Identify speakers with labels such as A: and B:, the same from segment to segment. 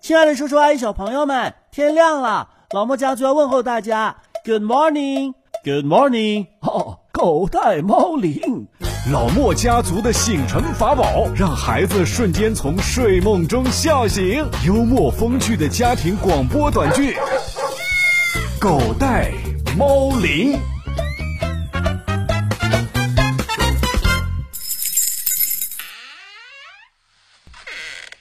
A: 亲爱的叔叔阿姨、小朋友们，天亮了，老莫家族要问候大家。Good morning，Good morning。
B: 哦，狗带猫铃。
C: 老莫家族的醒神法宝，让孩子瞬间从睡梦中笑醒。幽默风趣的家庭广播短剧，《狗带猫铃》。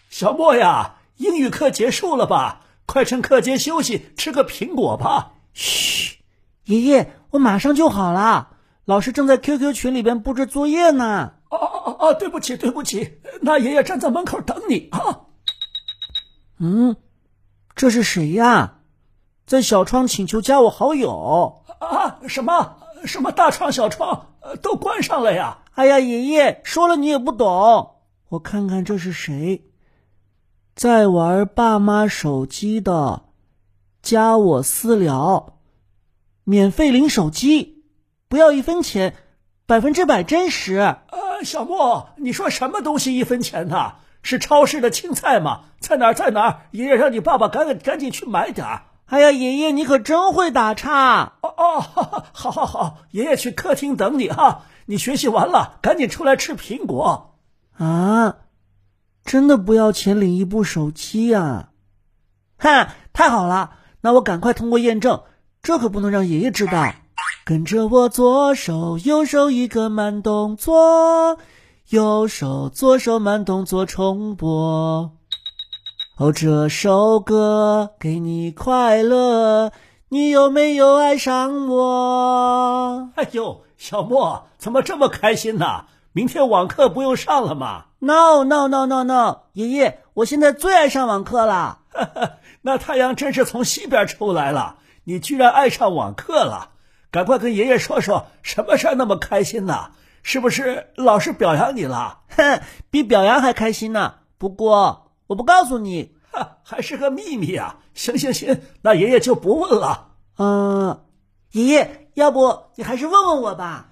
B: 小莫呀，英语课结束了吧？快趁课间休息吃个苹果吧。
A: 嘘，爷爷，我马上就好了。老师正在 QQ 群里边布置作业呢。
B: 哦哦哦，对不起，对不起。那爷爷站在门口等你啊。
A: 嗯，这是谁呀？在小窗请求加我好友
B: 啊？什么什么大窗小窗都关上了呀？
A: 哎呀，爷爷说了你也不懂。我看看这是谁。在玩爸妈手机的，加我私聊，免费领手机，不要一分钱，百分之百真实。
B: 呃，小莫，你说什么东西一分钱呢、啊？是超市的青菜吗？在哪儿？在哪儿？爷爷让你爸爸赶紧赶紧去买点儿。
A: 哎呀，爷爷你可真会打岔。
B: 哦哦，好好好，爷爷去客厅等你啊。你学习完了，赶紧出来吃苹果。
A: 啊。真的不要钱领一部手机呀、啊！哈，太好了，那我赶快通过验证，这可不能让爷爷知道。跟着我，左手右手一个慢动作，右手左手慢动作重播。哦，这首歌给你快乐，你有没有爱上我？
B: 哎呦，小莫怎么这么开心呢、啊？明天网课不用上了吗？
A: No no no no no！爷爷，我现在最爱上网课了。
B: 那太阳真是从西边出来了，你居然爱上网课了！赶快跟爷爷说说，什么事儿那么开心呢、啊？是不是老师表扬你了？
A: 哼，比表扬还开心呢、啊。不过我不告诉你，
B: 还是个秘密啊！行行行，那爷爷就不问了。
A: 嗯、呃，爷爷，要不你还是问问我吧。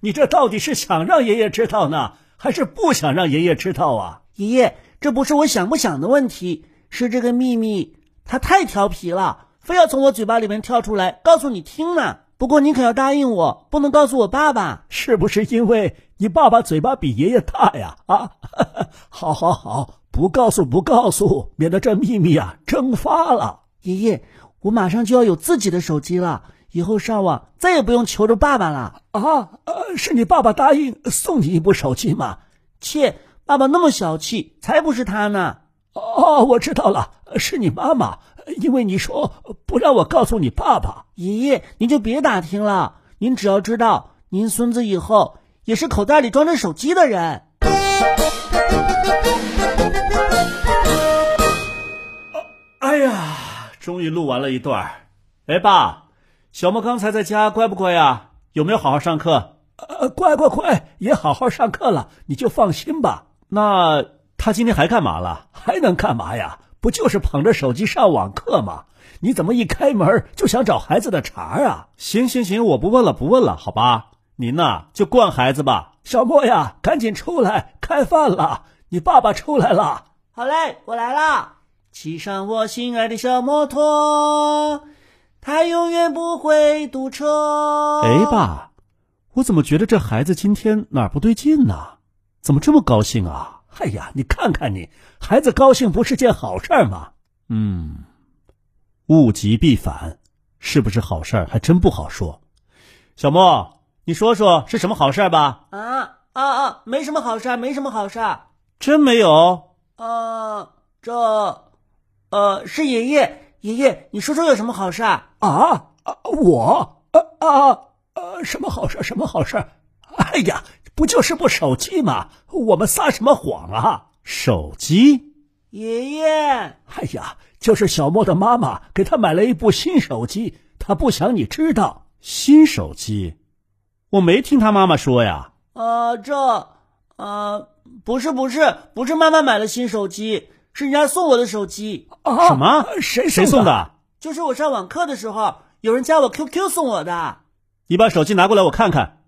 B: 你这到底是想让爷爷知道呢？还是不想让爷爷知道啊！
A: 爷爷，这不是我想不想的问题，是这个秘密他太调皮了，非要从我嘴巴里面跳出来告诉你听呢。不过你可要答应我，不能告诉我爸爸。
B: 是不是因为你爸爸嘴巴比爷爷大呀？啊， 好好好，不告诉不告诉，免得这秘密啊蒸发了。
A: 爷爷，我马上就要有自己的手机了。以后上网再也不用求着爸爸了
B: 啊！呃，是你爸爸答应送你一部手机吗？
A: 切，爸爸那么小气，才不是他呢！
B: 哦，我知道了，是你妈妈，因为你说不让我告诉你爸爸。
A: 爷爷，您就别打听了，您只要知道，您孙子以后也是口袋里装着手机的人。
B: 哎呀，终于录完了一段儿。哎，爸。小莫刚才在家乖不乖呀、啊？有没有好好上课？呃，乖乖乖，也好好上课了，你就放心吧。那他今天还干嘛了？还能干嘛呀？不就是捧着手机上网课吗？你怎么一开门就想找孩子的茬啊？
C: 行行行，我不问了，不问了，好吧？您呐就惯孩子吧。
B: 小莫呀，赶紧出来，开饭了，你爸爸出来了。
A: 好嘞，我来啦。骑上我心爱的小摩托。他永远不会堵
B: 哦
A: 车。
C: 哎，爸，我怎么觉得这孩子今天哪儿不对劲呢、啊？怎么这么高兴啊？
B: 哎呀，你看看你，孩子高兴不是件好事吗？
C: 嗯，物极必反，是不是好事儿还真不好说。小莫，你说说是什么好事吧？
A: 啊啊啊！没什么好事，没什么好事，啊
C: 真没有。
A: 呃，这，呃，是爷爷。爷爷，你说说有什么好事啊？
B: 啊，我啊啊啊，什么好事？什么好事？哎呀，不就是部手机吗？我们撒什么谎啊？
C: 手机？
A: 爷爷，哎
B: 呀，就是小莫的妈妈给他买了一部新手机，他不想你知道。
C: 新手机？我没听他妈妈说呀。
A: 呃，这，呃，不是，不是，不是妈妈买了新手机。是人家送我的手机
B: 啊！
C: 什么？
B: 谁
C: 谁送的？
A: 就是我上网课的时候，有人加我 QQ 送我的。
C: 你把手机拿过来，我看看。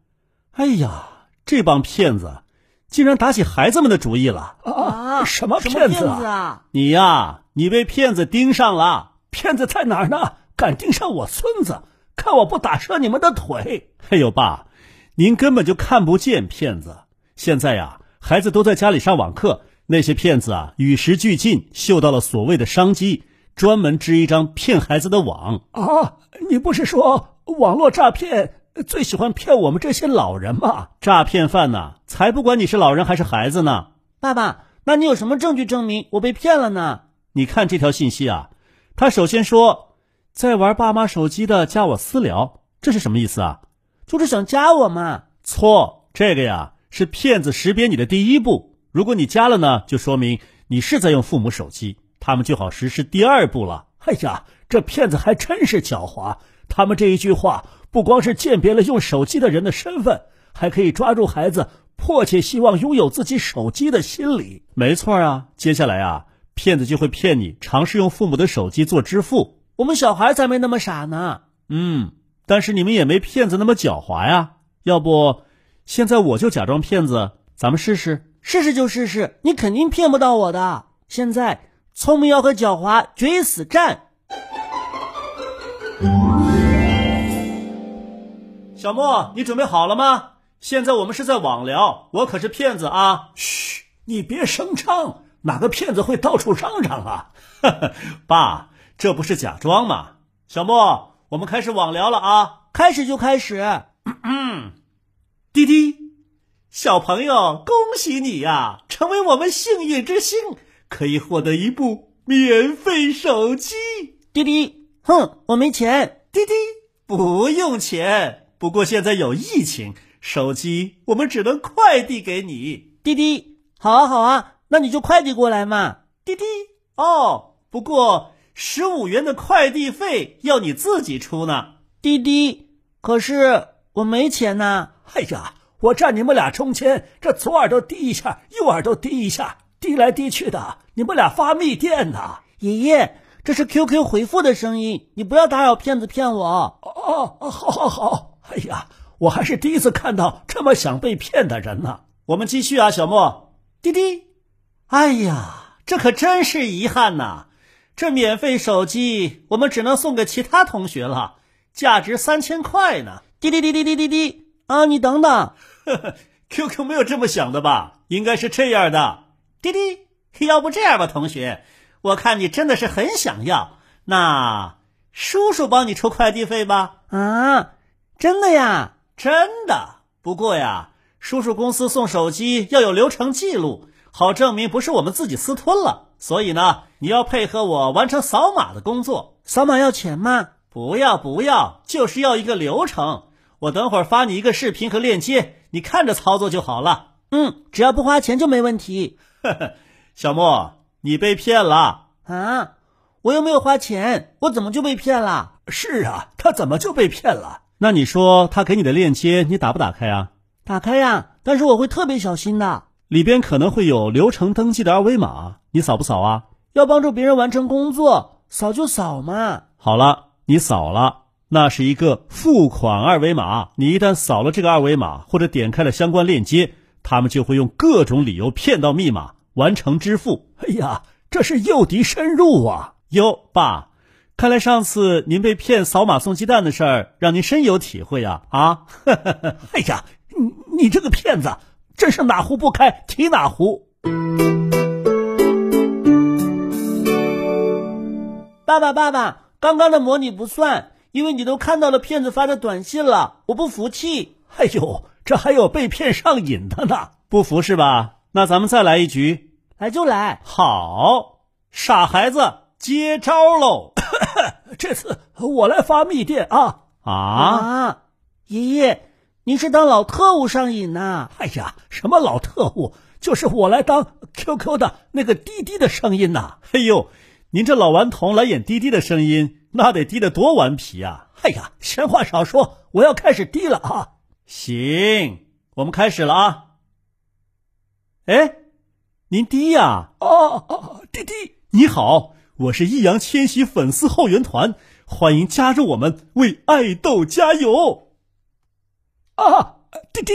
C: 哎呀，这帮骗子竟然打起孩子们的主意了！
B: 啊！什
A: 么
B: 骗
A: 子
B: 啊？
A: 啊
C: 你呀、啊，
B: 你被骗子盯上了。骗子在哪儿呢？敢盯上我孙子，看我不打折你们的腿！哎呦，爸，您根本就看不见骗子。现在呀、孩子都在家里上网课，那些骗子啊，与时俱进，嗅到了所谓的商机，专门织一张骗孩子的网。啊，你不是说网络诈骗呃最喜欢骗我们这些老人吗？诈骗犯呐、才不管你是老人还是孩子呢！
A: 爸爸，那你有什么证据证明我被骗了呢？
B: 你看这条信息啊，他首先说在玩爸妈手机的加我私聊，这是什么意思啊？
A: 就是想加我嘛。
B: 错，这个呀是骗子识别你的第一步。如果你加了呢，就说明你是在用父母手机，他们就好实施第二步了。哎呀，这骗子还真是狡猾，他们这一句话不光是鉴别了用手机的人的身份，还可以抓住孩子迫切希望拥有自己手机的心理。没错啊，接下来啊，骗子就会骗你尝试用父母的手机做支付。
A: 我们小孩才没那么傻呢。
B: 嗯，但是你们也没骗子那么狡猾呀。要不，现在我就假装骗子，咱们试试。
A: 试试就试试，你肯定骗不到我的。现在，聪明要和狡猾决一死战。
B: 小莫，你准备好了吗？现在我们是在网聊，我可是骗子啊！嘘，你别声张，哪个骗子会到处嚷嚷啊？ 爸，这不是假装吗？小莫，我们开始网聊了啊！
A: 开始就开始，
B: 嗯滴滴，小朋友，恭喜你呀、成为我们幸运之星，可以获得一部免费手机。
A: 滴滴，哼，我没钱。
B: 滴滴，不用钱。不过现在有疫情，手机我们只能快递给你。
A: 滴滴，好啊好啊，那你就快递过来嘛。
B: 滴滴，哦，不过十五元的快递费要你自己出呢。
A: 滴滴，可是我没钱呐、
B: 哎呀，我站你们俩中间，这左耳朵滴一下，右耳朵滴一下，滴来滴去的，你们俩发密电呢。
A: 爷爷，这是 QQ 回复的声音，你不要打扰骗子骗我。啊
B: 哦，好好好，哎呀，我还是第一次看到这么想被骗的人呢。我们继续啊，小莫。滴滴，哎呀，这可真是遗憾呐、这免费手机我们只能送给其他同学了，价值三千块呢。
A: 滴滴滴滴滴滴滴啊！你等等，
B: QQ 没有这么想的吧？应该是这样的。滴滴，要不这样吧，同学，我看你真的是很想要，那叔叔帮你出快递费吧。
A: 啊，真的呀？
B: 真的。不过呀，叔叔公司送手机要有流程记录，好证明不是我们自己私吞了。所以呢，你要配合我完成扫码的工作。
A: 扫码要钱吗？
B: 不要不要，就是要一个流程。我等会儿发你一个视频和链接，你看着操作就好了。
A: 嗯，只要不花钱就没问题
B: 小莫，你被骗了。
A: 啊！我又没有花钱，我怎么就被骗了？
B: 是啊，他怎么就被骗了？那你说他给你的链接你打不打开啊？
A: 打开呀、但是我会特别小心的，
B: 里边可能会有流程登记的二维码，你扫不扫啊？
A: 要帮助别人完成工作，扫就扫嘛。
B: 好了，你扫了，那是一个付款二维码。你一旦扫了这个二维码，或者点开了相关链接，他们就会用各种理由骗到密码，完成支付。哎呀，这是诱敌深入啊！哟，爸，看来上次您被骗扫码送鸡蛋的事儿，让您深有体会啊！啊， 哎呀，你你这个骗子，真是哪壶不开提哪壶。
A: 爸爸，爸爸，刚刚的模拟不算，因为你都看到了骗子发的短信了，我不服气。
B: 哎呦，这还有被骗上瘾的呢！不服是吧？那咱们再来一局。
A: 来就来，
B: 好，傻孩子接招喽！ 这次我来发密电啊！啊！
A: 啊！爷爷，您是当老特务上瘾呐、
B: 哎呀，什么老特务？就是我来当 QQ 的那个滴滴的声音呐、哎呦，您这老顽童来演滴滴的声音，那得滴得多顽皮啊！哎呀，闲话少说，我要开始滴了啊！行，我们开始了啊！哎，您滴呀、哦哦，滴滴，你好，我是易烊千玺粉丝后援团，欢迎加入我们，为爱豆加油！啊，滴滴。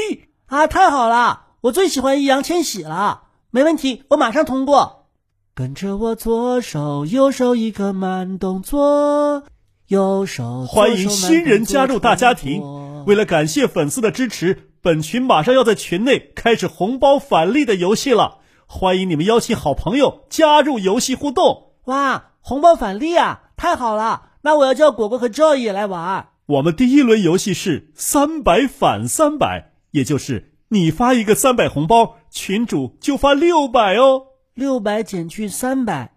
A: 啊！太好了，我最喜欢易烊千玺了，没问题，我马上通过。跟着我左手右手一个慢动作，右手
B: 欢迎新人加入大家庭。为了感谢粉丝的支持，本群马上要在群内开始红包返利的游戏了，欢迎你们邀请好朋友加入游戏互动。
A: 哇，红包返利啊，太好了！那我要叫果果和 Joy 也来玩。
B: 我们第一轮游戏是三百返三百，也就是你发一个三百红包，群主就发六百哦。
A: 六百减去三百，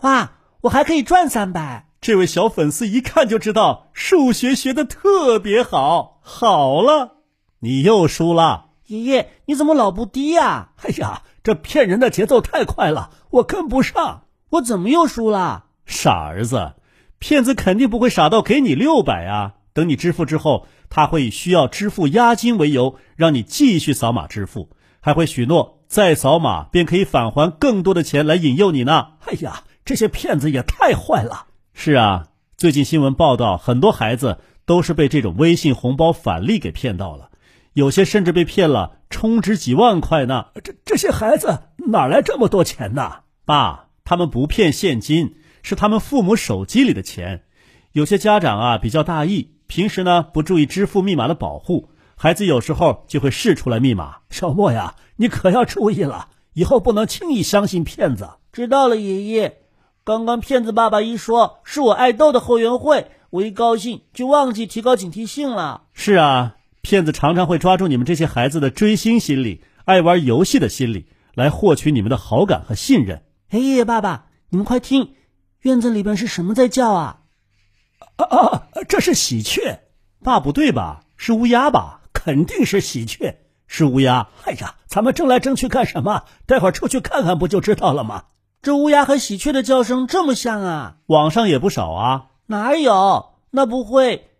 A: 哇，我还可以赚三百。
B: 这位小粉丝一看就知道数学学的特别好。好了，你又输了。
A: 爷爷，你怎么老不低啊呀、
B: 哎呀，这骗人的节奏太快了，我跟不上。
A: 我怎么又输了？
B: 傻儿子，骗子肯定不会傻到给你六百啊！等你支付之后，他会以需要支付押金为由，让你继续扫码支付，还会许诺再扫码便可以返还更多的钱来引诱你呢。哎呀，这些骗子也太坏了！是啊，最近新闻报道，很多孩子都是被这种微信红包返利给骗到了，有些甚至被骗了充值几万块呢。这这些孩子哪来这么多钱呢？爸，他们不骗现金，是他们父母手机里的钱。有些家长啊比较大意，平时呢不注意支付密码的保护，孩子有时候就会试出来密码。小莫呀，你可要注意了，以后不能轻易相信骗子。
A: 知道了，爷爷。刚刚骗子爸爸一说是我爱豆的后援会，我一高兴就忘记提高警惕性了。
B: 是啊，骗子常常会抓住你们这些孩子的追星心理、爱玩游戏的心理，来获取你们的好感和信任。
A: 哎，爷爷爸爸，你们快听，院子里边是什么在叫啊？
B: 啊，这是喜鹊，爸不对吧？是乌鸦吧？肯定是喜鹊，是乌鸦。哎呀，咱们争来争去干什么？待会儿出去看看不就知道了吗？
A: 这乌鸦和喜鹊的叫声这么像啊？
B: 网上也不少啊，
A: 哪有？那不会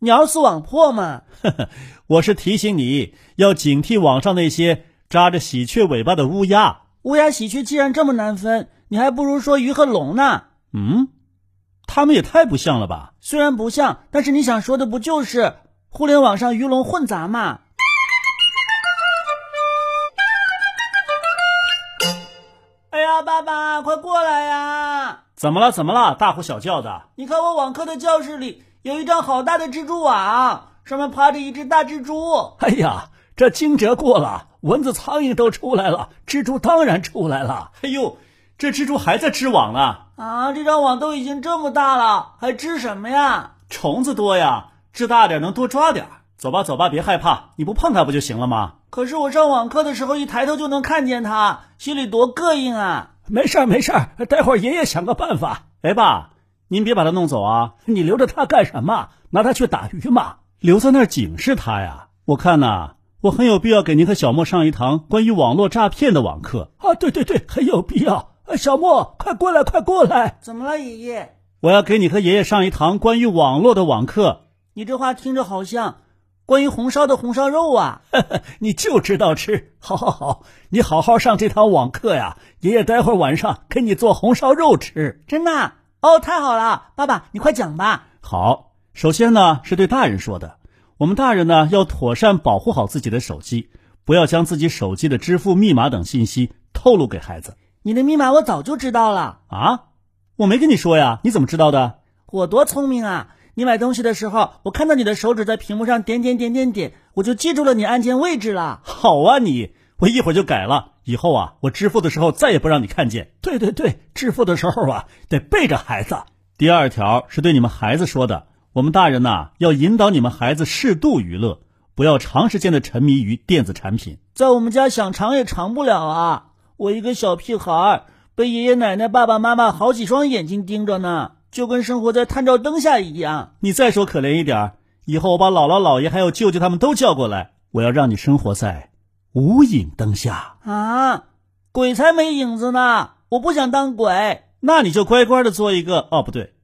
A: 鸟死网破吗？
B: 我是提醒你要警惕网上那些扎着喜鹊尾巴的乌鸦。
A: 乌鸦、喜鹊既然这么难分，你还不如说鱼和龙呢。
B: 嗯，他们也太不像了吧？
A: 虽然不像，但是你想说的不就是互联网上鱼龙混杂嘛？哎呀，爸爸，快过来呀！
B: 怎么了？怎么了？大呼小叫的。
A: 你看我网课的教室里有一张好大的蜘蛛网，上面趴着一只大蜘蛛。
B: 哎呀，这惊蛰过了，蚊子、苍蝇都出来了，蜘蛛当然出来了。哎呦，这蜘蛛还在织网呢，
A: 啊，这张网都已经这么大了，还织什么呀？
B: 虫子多呀，织大点能多抓点儿。走吧，走吧，别害怕，你不碰它不就行了吗？
A: 可是我上网课的时候一抬头就能看见它，心里多膈应啊！
B: 没事儿，没事儿，待会儿爷爷想个办法。哎，爸，您别把它弄走啊！你留着它干什么？拿它去打鱼嘛？留在那儿警示它呀！我看呐、我很有必要给您和小莫上一堂关于网络诈骗的网课啊！对对对，很有必要。哎小莫，快过来，快过来！
A: 怎么了，爷爷？
B: 我要给你和爷爷上一堂关于网络的网课。
A: 你这话听着好像关于红烧的红烧肉啊！
B: 你就知道吃，好好好，你好好上这堂网课呀！爷爷待会儿晚上给你做红烧肉吃。
A: 真的啊？哦，太好了，爸爸，你快讲吧。
B: 好，首先呢是对大人说的，我们大人呢要妥善保护好自己的手机，不要将自己手机的支付密码等信息透露给孩子
A: 你的密码我早就知道了，
B: 啊！我没跟你说呀，你怎么知道的？
A: 我多聪明啊！你买东西的时候，我看到你的手指在屏幕上点点点点点，我就记住了你按键位置了。
B: 好啊你，我一会儿就改了。以后啊，我支付的时候再也不让你看见。对对对，支付的时候啊，得背着孩子。第二条是对你们孩子说的，我们大人呐、要引导你们孩子适度娱乐，不要长时间的沉迷于电子产品。
A: 在我们家想藏也藏不了啊！我一个小屁孩儿，被爷爷奶奶、爸爸妈妈好几双眼睛盯着呢，就跟生活在探照灯下一样。
B: 你再说可怜一点儿，以后我把姥姥、姥爷还有舅舅他们都叫过来，我要让你生活在无影灯下。
A: 啊，鬼才没影子呢！我不想当鬼。
B: 那你就乖乖的做一个哦，不对，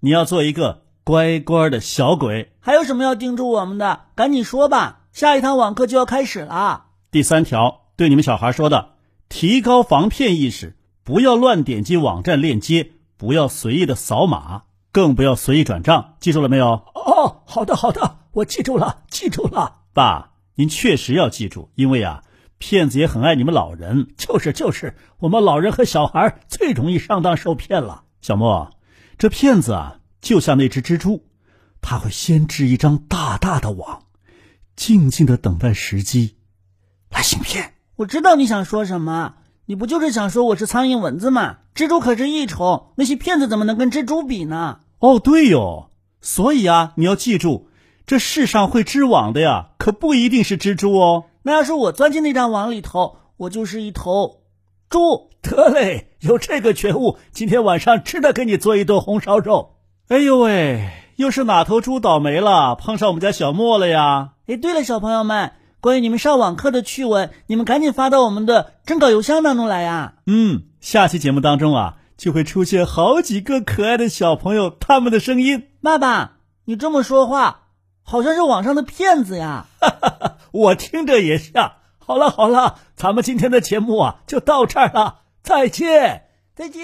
B: 你要做一个乖乖的小鬼。
A: 还有什么要叮嘱我们的？赶紧说吧，下一堂网课就要开始了。
B: 第三条，对你们小孩说的，提高防骗意识，不要乱点击网站链接，不要随意的扫码，更不要随意转账，记住了没有？哦，好的好的，我记住了，记住了。爸，您确实要记住，因为啊，骗子也很爱你们老人，就是就是，我们老人和小孩儿最容易上当受骗了。小莫，这骗子啊，就像那只蜘蛛，他会先织一张大大的网，静静的等待时机来行骗。
A: 我知道你想说什么，你不就是想说我是苍蝇蚊子吗？蜘蛛可是益虫，那些骗子怎么能跟蜘蛛比呢？
B: 哦，对哟，所以啊，你要记住，这世上会织网的呀，可不一定是蜘蛛哦。
A: 那要是我钻进那张网里头，我就是一头猪。
B: 得嘞，有这个觉悟，今天晚上吃的给你做一顿红烧肉。哎呦喂，又是哪头猪倒霉了，碰上我们家小莫了呀？
A: 哎，对了，小朋友们，关于你们上网课的趣闻，你们赶紧发到我们的征稿邮箱当中来呀、
B: 嗯，下期节目当中啊，就会出现好几个可爱的小朋友他们的声音。
A: 爸爸，你这么说话，好像是网上的骗子呀。
B: 我听着也像。好了好了，咱们今天的节目啊就到这儿了，再见。
A: 再见。